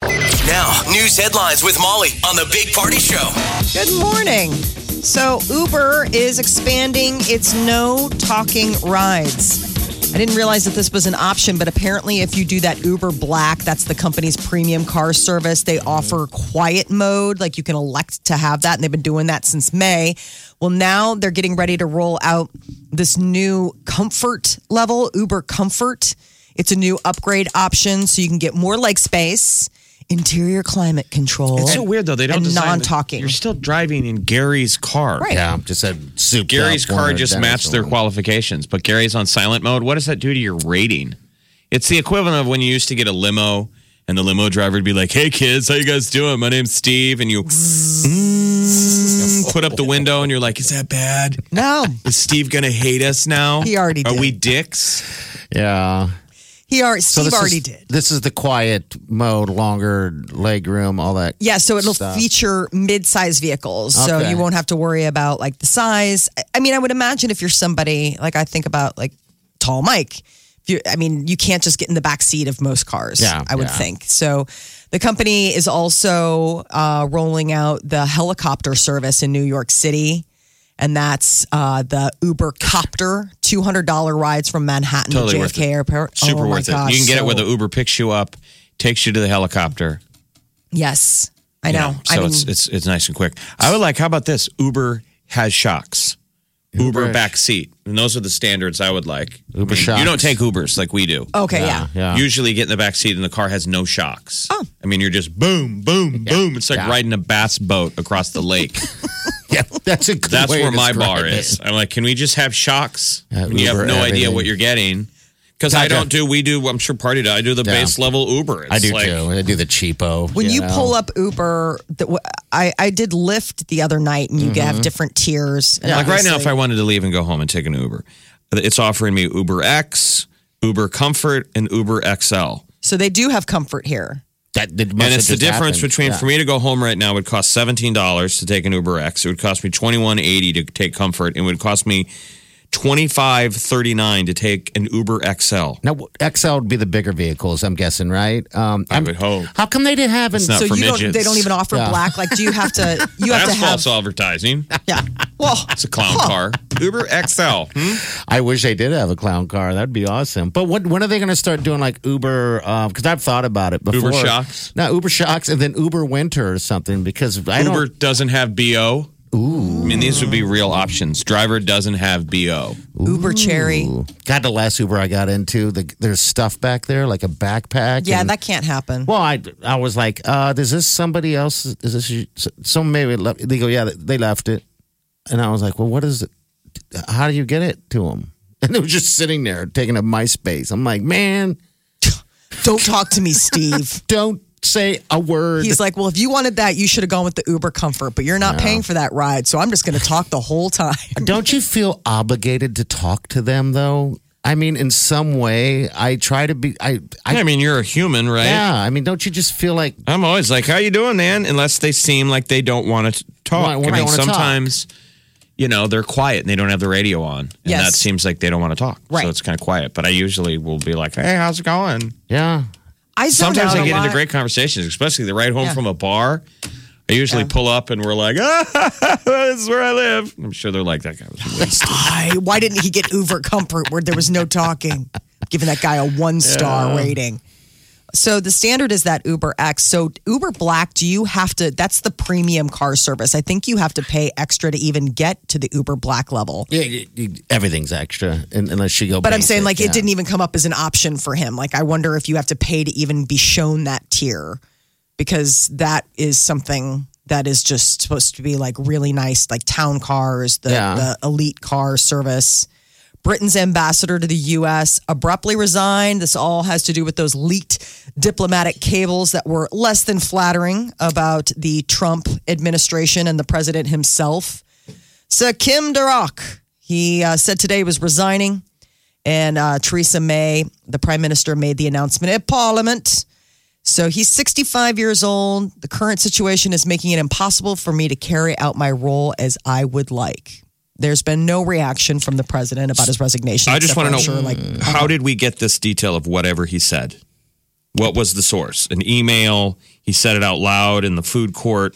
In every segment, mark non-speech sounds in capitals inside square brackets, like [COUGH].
Now, news headlines with Molly on the Big Party Show. Good morning. So, Uber is expanding its no talking rides. I didn't realize that this was an option, but apparently, if you do that Uber Black, that's the company's premium car service, they offer quiet mode. Like you can elect to have that, and they've been doing that since May. Well, now they're getting ready to roll out this new comfort level, Uber Comfort. It's a new upgrade option, so you can get more leg space, interior climate control. It's so weird though. They don't and design- non-talking. You're still driving in Gary's car. Right. Yeah, just said soup. Gary's car just matched their qualifications, but Gary's on silent mode. What does that do to your rating? It's the equivalent of when you used to get a limo and the limo driver would be like, "Hey kids, how you guys doing? My name's Steve," and you mm, put up the window and you're like, "Is that bad? No, Is Steve gonna hate us now? He already Are did. we dicks? Yeah. he already. Steve this already is, did. This is the quiet mode, longer leg room, all that. Yeah, so it'll stuff. feature mid-sized vehicles, so Okay. you won't have to worry about like the size. I- I mean, I would imagine if you're somebody like I think about like tall Mike. If you, I mean, you can't just get in the back seat of most cars. Yeah, I would yeah. think so. The company is also uh, rolling out the helicopter service in New York City, and that's uh, the Uber Copter, two hundred dollar rides from Manhattan Totally to worth JFK it. Airport. Super Oh, my worth it. gosh, you can get it so- where the Uber picks you up, takes you to the helicopter. Yes, I you know. know, so I mean, it's, it's it's nice and quick. I would like. How about this? Uber has shocks. Uber, back seat, and those are the standards I would like. Uber I mean, You don't shocks. take Ubers like we do. okay, yeah. Yeah. Usually, get in the back seat, and the car has no shocks. Oh. I mean, you're just boom, boom, boom. It's like Yeah. riding a bass boat across the [LAUGHS] lake. yeah, that's a good That's way where to my describe bar it. is. I'm like, can we just have shocks? Yeah, And you have Uber no idea everything. what you're getting because I Gotcha. don't do. We do. I'm sure party. do- I do the Yeah. base level Uber. It's I do like, too. I do the cheapo. When you, know. pull up Uber, the, I, I did Lyft the other night, and you have different tiers. And Mm-hmm. Like right now, if I obviously- wanted to leave and go home and take an Uber, it's offering me Uber X, Uber Comfort, and Uber XL. so they do have comfort here. that, that must and have it's the just difference happened. between Yeah. for me to go home right now it would cost seventeen dollars to take an Uber X. It would cost me twenty one eighty to take Comfort. It would cost me twenty five thirty nine to take an Uber XL. Now XL would be the bigger vehicles, I'm guessing, right? Um, I I'm- would hope. How come they didn't have? It's not So for you don't, midgets. they don't even offer Yeah. black. Like, do you have to? You have That's to have. false advertising. Yeah. Well, It's a clown car. Uber XL. Hmm? I wish they did have a clown car. That'd be awesome. But what, when are they going to start doing like Uber? Because I've thought about it Uber before. Shocks? No, Uber Shocks, and then Uber Winter or something. Because I Uber don't. doesn't have BO. Ooh. I mean, these would be real options. Driver doesn't have BO. Uber Cherry. Ooh. God, the last Uber I got into, the, there's stuff back there like a backpack. Yeah, and- that can't happen. Well, I I was like, uh, is this somebody else? Is this you? some maybe it left? They go, yeah, they left it, and I was like, well, what is it? How do you get it to them? [LAUGHS] And it was just sitting there taking up my space. I'm like, man, don't talk to me, [LAUGHS] Steve. don't say a word. He's like, well, if you wanted that, you should have gone with the Uber Comfort, but you're not paying for that ride, so I'm just going to talk the whole time. Don't you feel obligated to talk to them though? I mean, in some way, I try to be. I, I, I mean, you're a human, right? yeah. I mean, don't you just feel like I'm always like, "How you doing, man?" Unless they seem like they don't want to Right, talk. well, I they mean, wanna talk. sometimes, you know, they're quiet and they don't have the radio on, and Yes. that seems like they don't want to talk. Right. So it's kind of quiet. But I usually will be like, "Hey, how's it going?" yeah? I zone Sometimes out I a get into lot. great conversations, especially the ride home Yeah. from a bar. I usually pull up and we're like, [LAUGHS] "Ah, this is where I live." I'm sure they're like that guy. [LAUGHS] was a waste." I, why didn't he get Uber Comfort where there was no talking? Giving that guy a one star rating. So the standard is that Uber X. So Uber Black, do you have to? That's the premium car service. I think you have to pay extra to even get to the Uber Black level. Yeah, you- you- everything's extra un- unless you go. But I'm saying, like, it yeah. didn't even come up as an option for him. Like, I wonder if you have to pay to even be shown that tier because that is something that is just supposed to be like really nice, like town cars, the, Yeah. the elite car service. Britain's ambassador to the U.S., abruptly resigned. This all has to do with those leaked diplomatic cables that were less than flattering about the Trump administration and the president himself. Sir Kim Durock, he uh, said today he was resigning, and uh, Theresa May, the prime minister, made the announcement at Parliament. So he's 65 years old. The current situation is making it impossible for me to carry out my role as I would like. There's been no reaction from the president about his resignation. I just except want to know I'm sure, like, how did we get this detail of whatever he said? What was the source? An email? He said it out loud in the food court.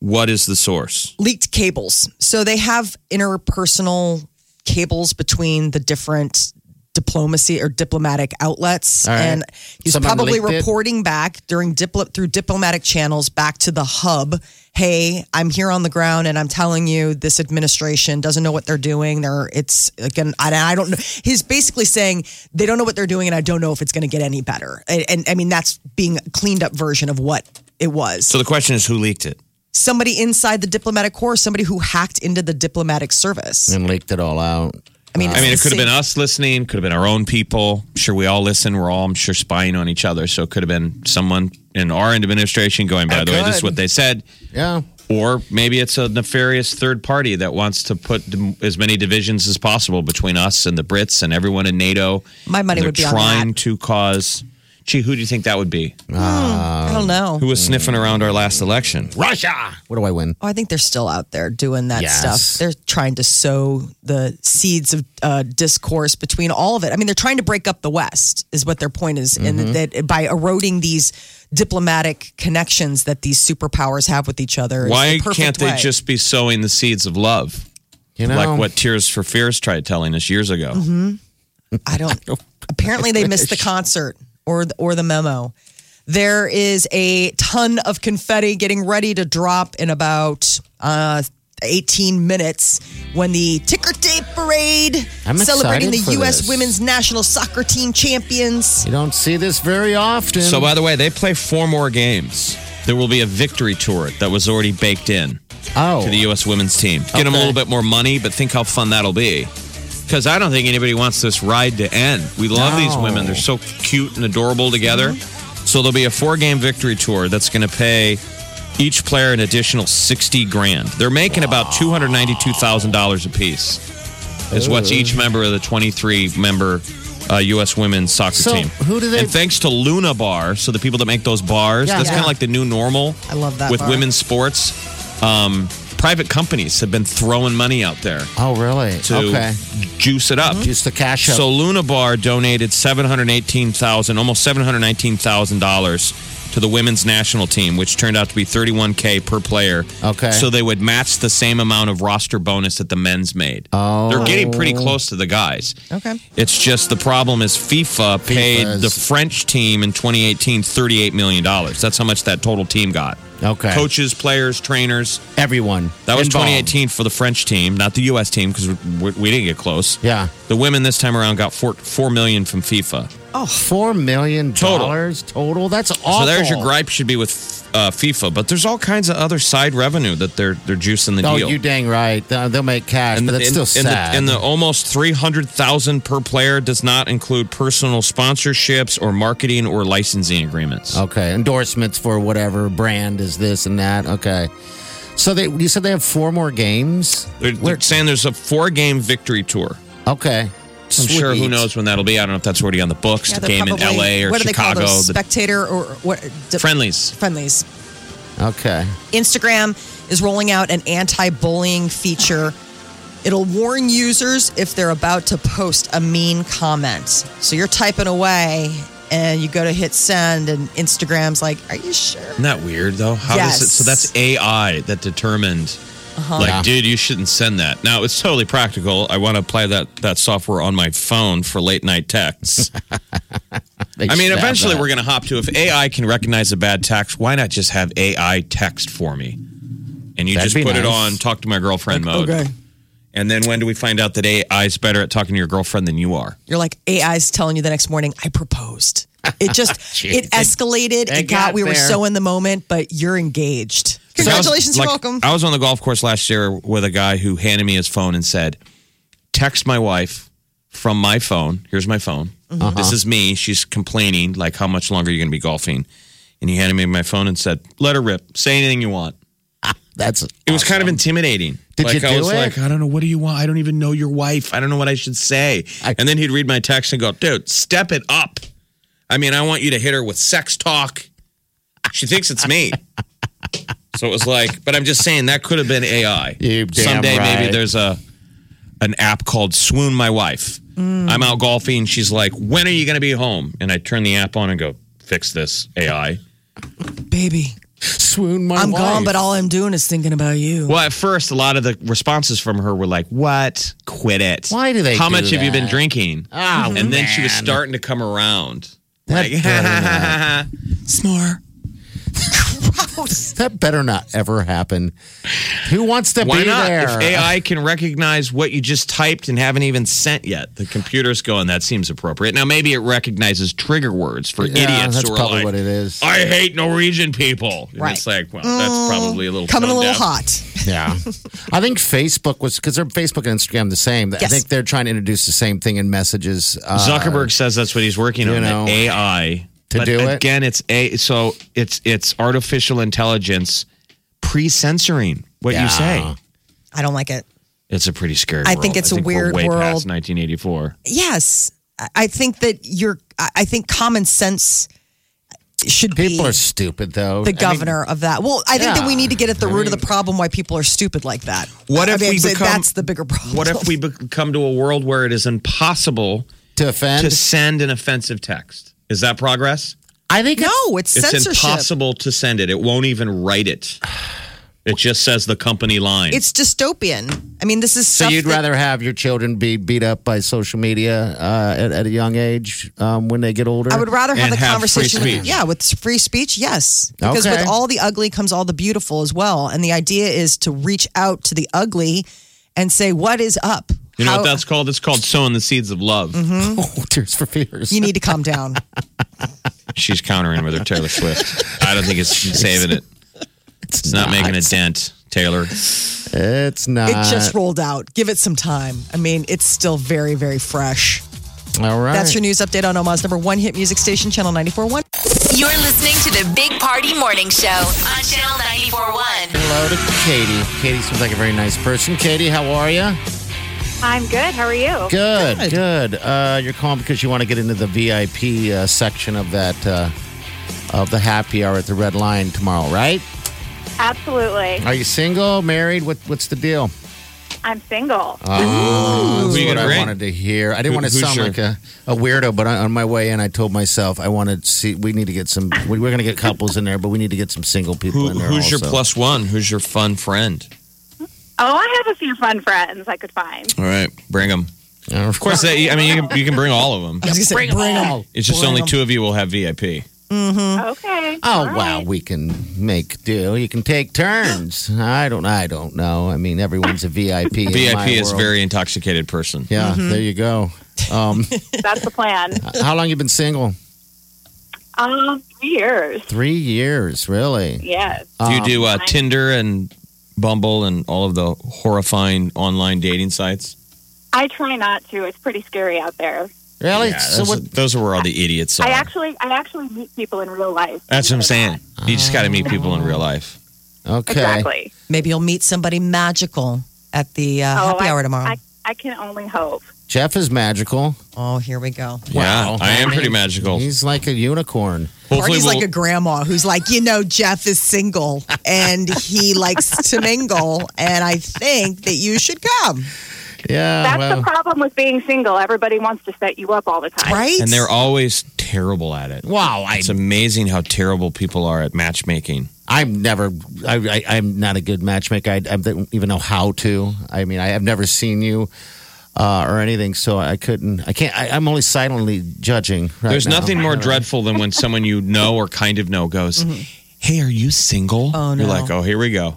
What is the source? leaked cables. So they have interpersonal cables between the different diplomacy or diplomatic outlets, All right. and he's Someone probably leaked it? reporting back during dipl- through diplomatic channels back to the hub. Hey, I'm here on the ground, and I'm telling you, this administration doesn't know what they're doing. They're it's again, I, I don't know. He's basically saying they don't know what they're doing, and I don't know if it's going to get any better. And, and I mean, that's being a cleaned up version of what it was So the question is who leaked it? somebody inside the diplomatic corps, somebody who hacked into the diplomatic service. and leaked it all out. I mean, it's I mean, it could have been insane. us listening, could have been our own people. I'm sure we all listen. We're all, I'm sure, spying on each other. So it could have been someone in our administration going, by It the way, this is could. what they said. Yeah. Or maybe it's a nefarious third party that wants to put dem- as many divisions as possible between us and the Brits and everyone in NATO. My money And would be they're on trying that. to cause. Gee, who do you think that would be? I don't know. Who was sniffing around our last election? Russia. What do I win? Oh, I think they're still out there doing that Yes. stuff. They're trying to sow the seeds of uh, discourse between all of it. I mean, they're trying to break up the West, is what their point is, Mm-hmm. and that by eroding these diplomatic connections that these superpowers have with each other. is Why the perfect can't they way. just be sowing the seeds of love? You know, Like what Tears for Fears tried telling us years ago. Mm-hmm. I [LAUGHS] don't. apparently, they missed the concert or the, or the memo. There is a ton of confetti getting ready to drop in about uh, 18 minutes when the ticker tape parade I'm celebrating the excited for U.S. this. women's national soccer team champions. You don't see this very often. So, by the way, they play four more games. There will be a victory tour that was already baked in oh, to the U.S. women's team. Get them a Okay. little bit more money, but think how fun that'll be. Because I don't think anybody wants this ride to end. We love these No. women. They're so cute and adorable together. So, there'll be a four game victory tour that's going to pay each player an additional 60 grand. They're making about $292,000 apiece. is what's each member of the 23 member uh, U.S. women's soccer So, team. who do they- And thanks to Luna Bar, so the people that make those bars, Yeah. that's Yeah. kind of like the new normal. I love that with bar. women's sports. Um, private companies have been throwing money out there oh, really? to okay, Mm-hmm. juice it up. just the cash up. So Luna Bar donated seven hundred eighteen thousand, almost seven hundred nineteen thousand dollars to the women's national team, which turned out to be thirty one k per player. Okay. so they would match the same amount of roster bonus that the men's made. Oh. they're getting pretty close to the guys. Okay. It's just the problem is FIFA, paid is- the French team in 2018 $38 million. That's how much that total team got. okay, Coaches, players, trainers. everyone. That was involved. 2018 for the French team, not the U.S. team, because we, we didn't get close. Yeah, The women this time around got four, $4 million from FIFA. four million Total. dollars total. That's awful. So there's your gripe should be with uh, FIFA, but there's all kinds of other side revenue that they're they're juicing the Oh, deal. you dang right. They'll they'll make cash, but that's still and the- sad. and the almost 300,000 per player does not include personal sponsorships or marketing or licensing agreements. Okay, endorsements for whatever brand is this and that. Okay, so they you said they have four more games. They're, they're saying there's a four game victory tour. Okay, I'm Sweet. sure who knows when that'll be. I don't know if that's already on the books. Yeah, the they're game in probably- LA or what do Chicago. They call those? the Spectator or what? di- friendlies. friendlies. Okay, Instagram is rolling out an anti bullying feature. It'll warn users if they're about to post a mean comment. So you're typing away and you go to hit send, and Instagram's like, Are you sure? Isn't that weird though? How does it Yes. so that's AI that determined like, Yeah. dude, you shouldn't send that. Now it's totally practical. I want to apply that that software on my phone for late night [LAUGHS] texts. They I mean, should have eventually that. we're going to hop to if AI can recognize a bad text, why not just have AI text for me? And you That'd just be put it nice. on talk to my girlfriend mode. And then when do we find out that AI is better at talking to your girlfriend than you are? You're like, AI's telling you the next morning, I proposed. It just, it escalated. It, It got, got we were there. so in the moment, but you're engaged. Congratulations, I was- you're like, welcome. I was on the golf course last year with a guy who handed me his phone and said, "Text my wife from my phone. Here's my phone. Mm-hmm. This is me. She's complaining, like, how much longer are you going to be golfing? And he handed me my phone and said, let her rip. Say anything you want. That's It was kind of intimidating. Did like, you I do was it? like, I don't know. What do you want? I don't even know your wife. I don't know what I should say. I- and then he'd read my text and go, dude, step it up. I mean, I want you to hit her with sex talk. She thinks it's [LAUGHS] me. so it was like, but I'm just saying that could have been AI. You damn Someday maybe right. there's a an app called Swoon My Wife. Mm. I'm out golfing. She's like, when are you going to be home? And I turn the app on and go, fix this AI. Baby, [LAUGHS] swoon my I'm wife. gone, but all I'm doing is thinking about you. Well, at first, a lot of the responses from her were like, "What? Quit it! Why do they How do much have you been that? drinking?" Ah, and then she was man. starting to come around. That Like, [LAUGHS] better Snore. That better not ever happen. Who wants [LAUGHS] to why be not? there? If AI can recognize what you just typed and haven't even sent yet, the computer's going. That seems appropriate. Now, maybe it recognizes trigger words for Yeah, idiots that's who are probably like, what it [LAUGHS] is. "I hate Norwegian people." And Right. It's like, well, Mm, that's probably a little Coming a tone little deaf. hot. Yeah. I think Facebook was because they're Facebook and Instagram the same. I Yes. think they're trying to introduce the same thing in messages. Uh, Zuckerberg says that's what he's working you on. know, that AI to But do it? again. It's a so it's it's artificial intelligence pre-censoring what Yeah. you say. I don't like it. It's a pretty scary. I world. think it's a we're weird way world. [LAUGHS] past 1984. Yes. I- I think that you're, I I think common sense should be. People are stupid though. the governor of that. Well, I think that we Yeah. need to get at the root of the problem why people are stupid like that. What I if mean, we I'd say become- that's the bigger problem? What [LAUGHS] if we be- come to a world where it is impossible to offend. to send an offensive text? Is that progress? I think No, it's, It's censorship. impossible to send it. It won't even write it. It just says the company line. It's dystopian. I mean, this is So stuff you'd that- rather have your children be beat up by social media uh, at, at a young age um, when they get older? I would rather have And the have free conversation. speech. Yeah, with free speech, yes. Because Okay. with all the ugly comes all the beautiful as well. And the idea is to reach out to the ugly and say, what is up? you know How- Mm-hmm. what that's called? It's called sowing the seeds of love. Oh, [LAUGHS] tears for fears. you need to calm [LAUGHS] down. She's countering with her Taylor Swift. I don't think it's [LAUGHS] saving it. It's not making a dent, Taylor. It's not. It just rolled out. Give it some time. I mean, it's still very, very fresh. All right. That's your news update on Omaha's number one hit music station, Channel 94.1. You're listening to the Big Party Morning Show on Channel 94.1. Hello to Katie. Katie seems like a very nice person. Katie, how are you? I'm good. How are you? Good, good. Uh, you're calling because you want to get into the VIP uh, section of that uh, of the happy hour at the Red Line tomorrow, right? Absolutely. Are you single, married? What What's the deal? I'm single. Oh, Who that's you what gonna I bring? wanted to hear. I didn't Who- want to who's sound your- like a, a weirdo, but on, on my way in, I told myself I want to see. We need to get some. we- We're going to get couples in there, but we need to get some single people Who, in there. who's your also. plus one? Who's your fun friend? oh, I have a few fun friends I could find. All right, bring them. Uh, Of course, they, I mean you can, you can bring all of them. I was gonna say, bring, them all. It's just only two of you will have VIP. Okay. Oh All right. wow, we can make do. You can take turns. I don't. I don't know. I mean, everyone's a VIP. in my VIP is world. very intoxicated person. Yeah, Mm-hmm. there you go. [LAUGHS] Um, That's the plan. how long you been single? Um, three years. Three years, really. Yes. Do you do uh, Tinder and Bumble and all of the horrifying online dating sites? I try not to. It's pretty scary out there. Really? Yeah, Oh, so those, what? those are where all the idiots are. I actually, I actually meet people in real life. That's what I'm saying. You just got to meet people in real life. Okay. Exactly. Maybe you'll meet somebody magical at the uh, Oh, happy I- hour tomorrow. I, I can only hope. Jeff is magical. oh, here we go. Yeah, I am pretty magical. He's like a unicorn. Hopefully, Marty's we'll, like a grandma who's like, you know, Jeff is single and he likes to mingle, and I think that you should come, Oh, Yeah. That's well, the problem with being single. Everybody wants to set you up all the time. right? and they're always terrible at it. wow. I It's amazing how terrible people are at matchmaking. I'm never. I, I I'm not a good matchmaker. I, I don't even know how to. I mean, I have never seen you. Uh, or anything, so I couldn't. I can't. I, I'm only silently judging. Right There's now. nothing more dreadful than when someone you know or kind of know goes, "Hey, are you single?" Mm-hmm. Oh, You're no. like, "Oh, here we go."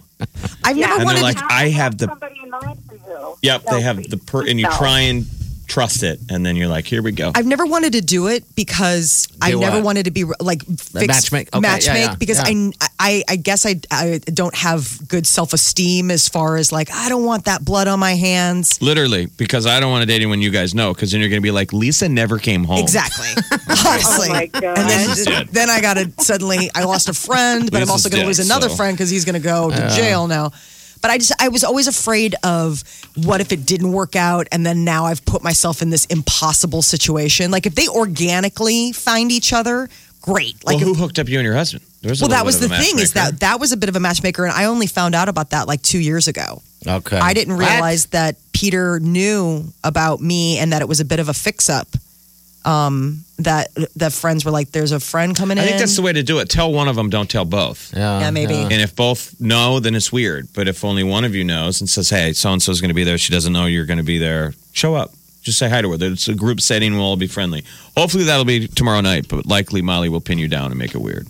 I've Yeah. never And wanted they're like, to. I have the Somebody in mind for you. yep. No, They have please. the per, and you No. try and trust it, and then you're like, here we go. I've never wanted to do it because I Do never what? wanted to be like fixed, matchmake? Okay, matchmake yeah, yeah, because yeah. I, I I guess I I don't have good self esteem as far as like I don't want that blood on my hands. Literally, because I don't want to date anyone you guys know, because then you're going to be like, Lisa never came home. [LAUGHS] Exactly. Honestly. Oh my God. And Lisa's then, dead. then I got to suddenly, I lost a friend, but I'm Lisa's also going to dead, lose another so. friend because he's going to go to jail now. But I just, I was always afraid of what if it didn't work out. And then now I've put myself in this impossible situation. Like if they organically find each other, great. Like, Well, if- who hooked up you and your husband? There a well little that was bit the of a thing is matchmaker. that that was a bit of a matchmaker. And I only found out about that like two years ago. Okay. I didn't What? realize that Peter knew about me and that it was a bit of a fix up. Um, that the friends were like, "There's a friend coming I in." think that's the way to do it. Tell one of them, don't tell both. Yeah, yeah, maybe. And if both know, then it's weird. But if only one of you knows and says, hey, so and so's going to be there, she doesn't know you're going to be there, show up. Just say hi to her. It's a group setting, we'll all be friendly. Hopefully that'll be tomorrow night, but likely Molly will pin you down and make it weird.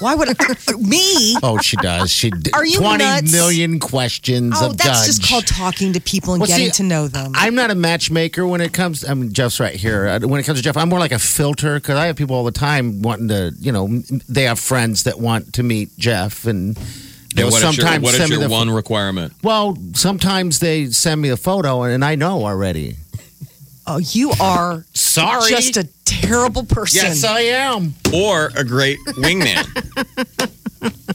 Why would [LAUGHS] me? Oh, she does. She d- [LAUGHS] Are you 20 nuts? million questions Oh, of that's Dodge. just called talking to people and Well, getting see, to know them. I'm not a matchmaker when it comes. I mean, Jeff's right here. Uh, When it comes to Jeff, I'm more like a filter because I have people all the time wanting to. You know, m- they have friends that want to meet Jeff, and you know, what is your, sometimes what is send me your the- one requirement? Well, sometimes they send me the photo, and I know already. oh, you are Sorry, just a terrible person. yes, uh, I am. Or a great [LAUGHS] wingman.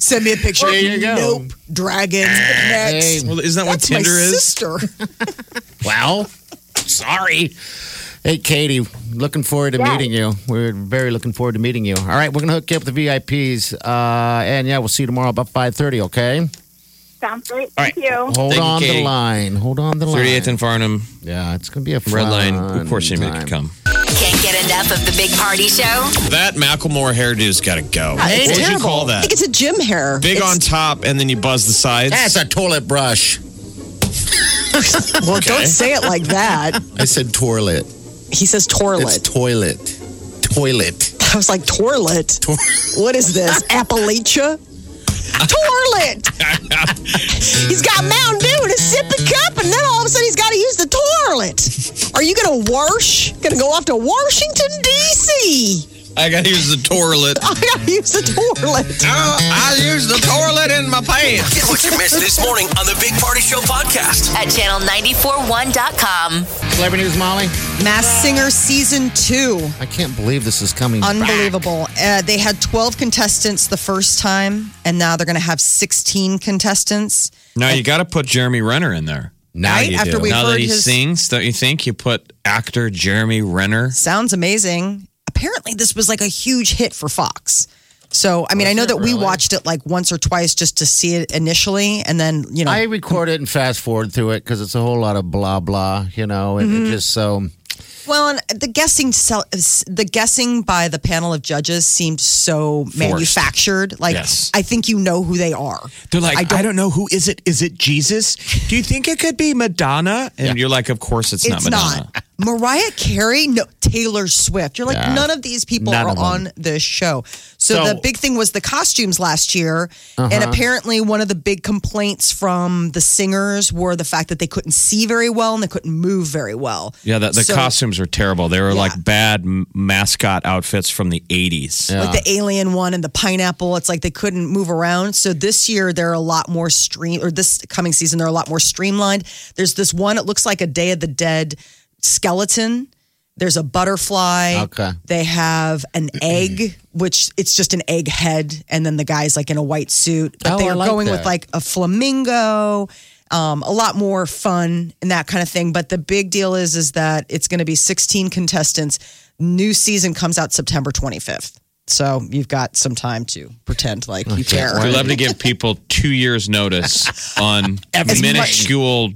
Send me a picture. There you go. Nope. Dragons. next. Hey, well, isn't that That's what Tinder my is? sister. well, sorry. Hey, Katie, looking forward to meeting you. We're very looking forward to meeting you. All right, we're gonna hook you up with the VIPs, uh, and yeah, we'll see you tomorrow about five thirty. Okay. Sounds great. All right. Thank you. Hold Thank you, on the Katie. line. Hold on the line. 38th and Farnham, Yeah, it's gonna be a fun Red Line. Of course, anybody time. could come. Can't get enough of the Big Party Show. That Macklemore hairdo's got to go. it's what would you terrible. call I that? think it's a gym hair. Big It's- on top, and then you buzz the sides. That's a toilet [LAUGHS] brush. Well, don't say it like that. I said toilet. He says It's toilet. toilet. Toilet. I was like, toilet. what is [LAUGHS] this? Appalachia? toilet. he's got Mountain Dew in a sipping cup, and then all of a sudden he's got to use the toilet. Are you going to wash? Going to go off to Washington, D.C. I got to use the [LAUGHS] toilet. I got to use the toilet. I use the toilet in my pants. Get what you missed this morning on the Big Party Show podcast. At channel941.com. Celebrity News, Molly. Mass Singer Season 2. I can't believe this is coming. Unbelievable. Uh, they had 12 contestants the first time, and now they're going to have 16 contestants. Now you got to put Jeremy Renner in there. Now Right? you After do. we- We've now heard that he his- sings, don't you think you put actor Jeremy Renner? Sounds amazing. Apparently, this was like a huge hit for Fox. So, I mean, I know that we watched it like once or twice just to see it initially, and then, you know, I record it and fast forward through it because it's a whole lot of blah blah. You know, and Mm-hmm. it just so well, and the guessing, sel- the guessing by the panel of judges seemed so manufactured. Like, Yes. I think you know who they are. They're like, I don't, know who is it. Is it Jesus? Do you think it could be Madonna? And you're like, of course it's, not It's Madonna. not. [LAUGHS] Mariah Carey, no, Taylor Swift. You're like, Yeah. none of these people None are of them. on this show. So, So- the big thing was the costumes last year. And apparently, one of the big complaints from the singers were the fact that they couldn't see very well and they couldn't move very well. Yeah, the, the So, costumes were terrible. They were Yeah. like bad m- mascot outfits from the 80s. Like the alien one and the pineapple, it's like they couldn't move around. So this year they're a lot more stream, or this coming season they're a lot more streamlined. There's this one; it looks like a Day of the Dead skeleton. There's a butterfly. Okay. They have an egg, which it's just an egg head, and then the guy's like in a white suit. But Oh, they I are like going that. with like a flamingo, um, a lot more fun and that kind of thing. But the big deal is is that it's going to be 16 contestants. New season comes out September 25th. So you've got some time to pretend like you care. We love to give people two years' [LAUGHS] notice on minuscule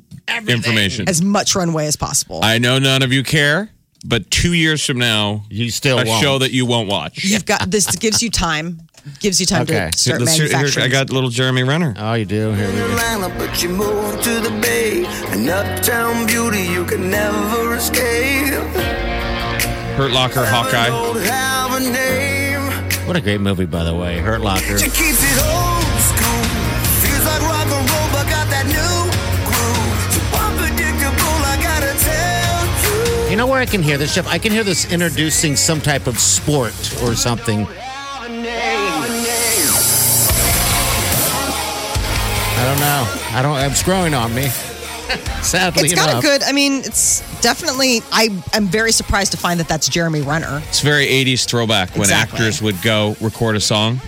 information. As much runway as possible. I know none of you care, but two years from now, you still a won't. show that you won't watch. you've got this gives you time. Gives you time Okay. to start Let's hear- here- manufacturing. I got little Jeremy Renner. oh, you do. Here we go. Carolina, but you moved to the Bay. An uptown beauty you can never escape. Hurt Locker, Hawkeye. Don't have a name. What a great movie, by the way. Hurt Locker. She keeps it old school. Feels like rock and roll, but got that new groove. So unpredictable, I gotta tell you. You know where I can hear this, Jeff? I can hear this introducing some type of sport or something. I don't know. I don't. I'm growing on me. [LAUGHS] Sadly It's got enough. a good. I mean, it's definitely. I am very surprised to find that that's Jeremy Renner. It's very 80s throwback when Exactly. actors would go record a song.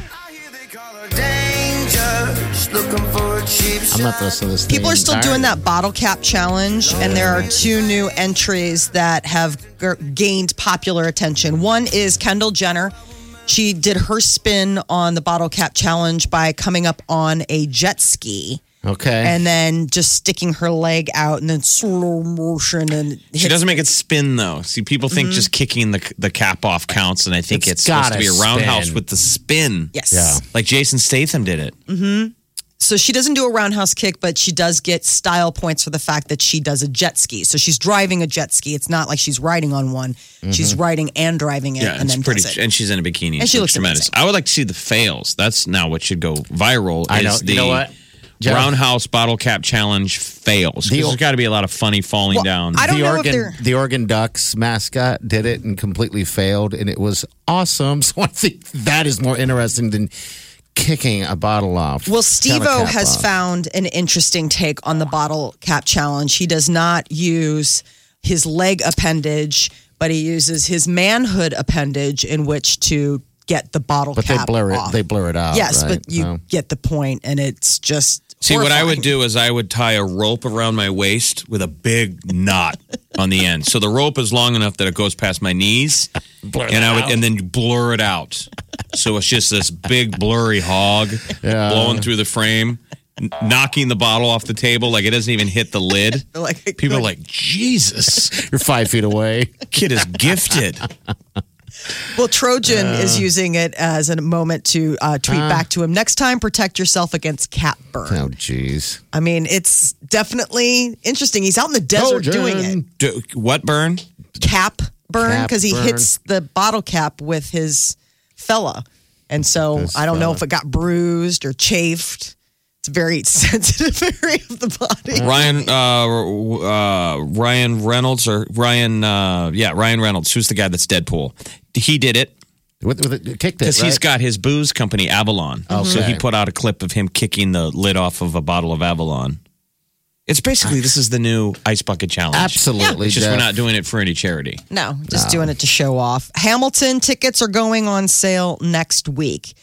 I'm not listening to this. People thing are still doing entirely. that bottle cap challenge, and there are two new entries that have g- gained popular attention. One is Kendall Jenner. She did her spin on the bottle cap challenge by coming up on a jet ski Okay. Mm. and then just sticking her leg out and then slow motion and She hit doesn't make it spin though. See, people think Mm-hmm. just kicking the the cap off counts, and I think it's, It's supposed to gotta be a roundhouse spin. with the spin. Yes. Yeah. like Jason Statham did it. So she doesn't do a roundhouse kick, but she does get style points for the fact that she does a jet ski. So she's driving a jet ski. It's not like she's riding on one. She's riding and driving it, Mm-hmm. Yeah, and it's then pretty, does it. and she's in a bikini. And she looks It's amazing. I would like to see the fails. That's now what should go viral. I know. Is the You know what? Jeff? Roundhouse bottle cap challenge fails. 'Cause The- There's got to be a lot of funny falling Well, down. I don't the know if Oregon, they're- the Oregon Ducks mascot did it and completely failed, and it was awesome. [LAUGHS] So I think that is more interesting than kicking a bottle off. Well, Kind Steve of O cap has off. found an interesting take on the bottle cap challenge. He does not use his leg appendage, but he uses his manhood appendage in which to get the bottle but they cap. blur it. off. They blur it out. yes, right? Oh. but you So- get the point, and it's just. See, what I would horrifying. do is I would tie a rope around my waist with a big knot on the end. So the rope is long enough that it goes past my knees, and I would, and then blur it out. So it's just this big blurry hog blowing through the frame, n- knocking the bottle off the table like it doesn't even hit the lid. [LAUGHS] Like- People are like, "Jesus, [LAUGHS] you're five [LAUGHS] feet away. kid is gifted." Well, Trojan is using it as a moment to uh, tweet Ah. back to him. Next time, protect yourself against cat burn. Oh, jeez. I mean, it's definitely interesting. He's out in the desert doing it. Do, what burn? Cap burn Cap because he burn. hits the bottle cap with his fella, and so His I don't know fella. if it got bruised or chafed. It's a very [LAUGHS] sensitive area of the body. Ryan uh, uh, Ryan Reynolds or Ryan uh, yeah Ryan Reynolds who's the guy that's Deadpool he did it With, with it kicked it. because he's right? Oh, got his booze company Avalon so he put out a clip of him kicking the lid off of a bottle of Avalon it's basically this is the new ice bucket challenge Absolutely, it's just Jeff. we're not doing it for any charity No, just doing it to show off. Hamilton tickets are going on sale next week.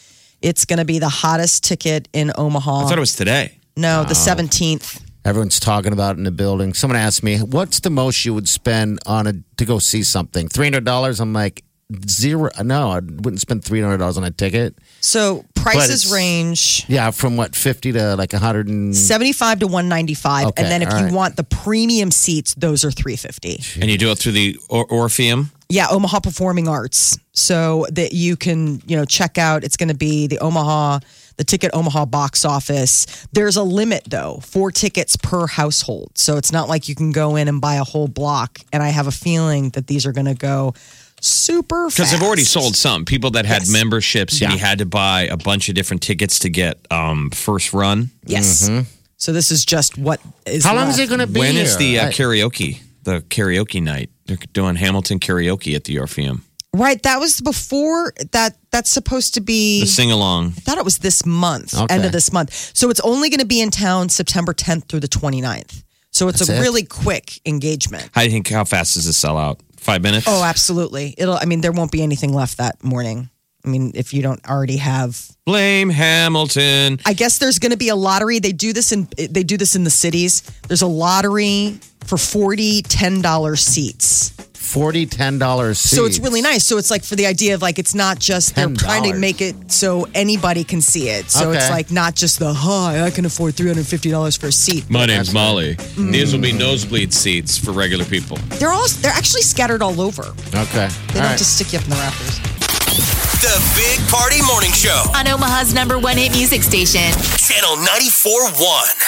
It's going to be the hottest ticket in Omaha. I Oh. thought it was today No, the seventeenth. Everyone's talking about it in the building. Someone asked me, "What's the most you would spend on a to go see something?" Three hundred dollars. I'm like, zero. No, I wouldn't spend three hundred dollars on a ticket. So But prices it's- range Yeah, from what fifty to like a hundred and. seventy-five to one ninety-five, Okay, and then if all you right. want the premium seats, those are three fifty. and you do it through the or- Orpheum Yeah, Omaha Performing Arts, so that you can you know check out. It's going to be the Omaha, the ticket Omaha box office. There's a limit though, four tickets per household, so it's not like you can go in and buy a whole block. And I have a feeling that these are going to go super because they've already fast. sold some people that had Yes. memberships and you had to buy a bunch of different tickets to get um, first run Yes. So this is just what is. How long is left. it going to be? When is the here? uh, karaoke? The karaoke night. They're doing Hamilton karaoke at the Orpheum. Right, that was before that. That's supposed to be. The sing along. I thought it was this month, Okay. end of this month. So it's only going to be in town September 10th through the 29th. So it's That's a it? really quick engagement. How do you think? How fast does this sell out? Five minutes. Oh, absolutely. It'll. I mean, there won't be anything left that morning. I mean, if you don't already have, blame Hamilton. I guess there's going to be a lottery. They do this in they do this in the cities. There's a lottery for 40 $10 seats. forty ten dollars? So it's really nice. So it's like for the idea of like it's not just they're trying to $10. make it so anybody can see it. So it's Okay. like not just the hi, I can afford three hundred fifty dollars for a seat. My name's Molly. These will be nosebleed seats for regular people. They're all they're actually scattered all over. Okay. They don't All right. just stick you up in the rafters. The Big Party Morning Show, On Omaha's number one hit music station. Channel 94 1.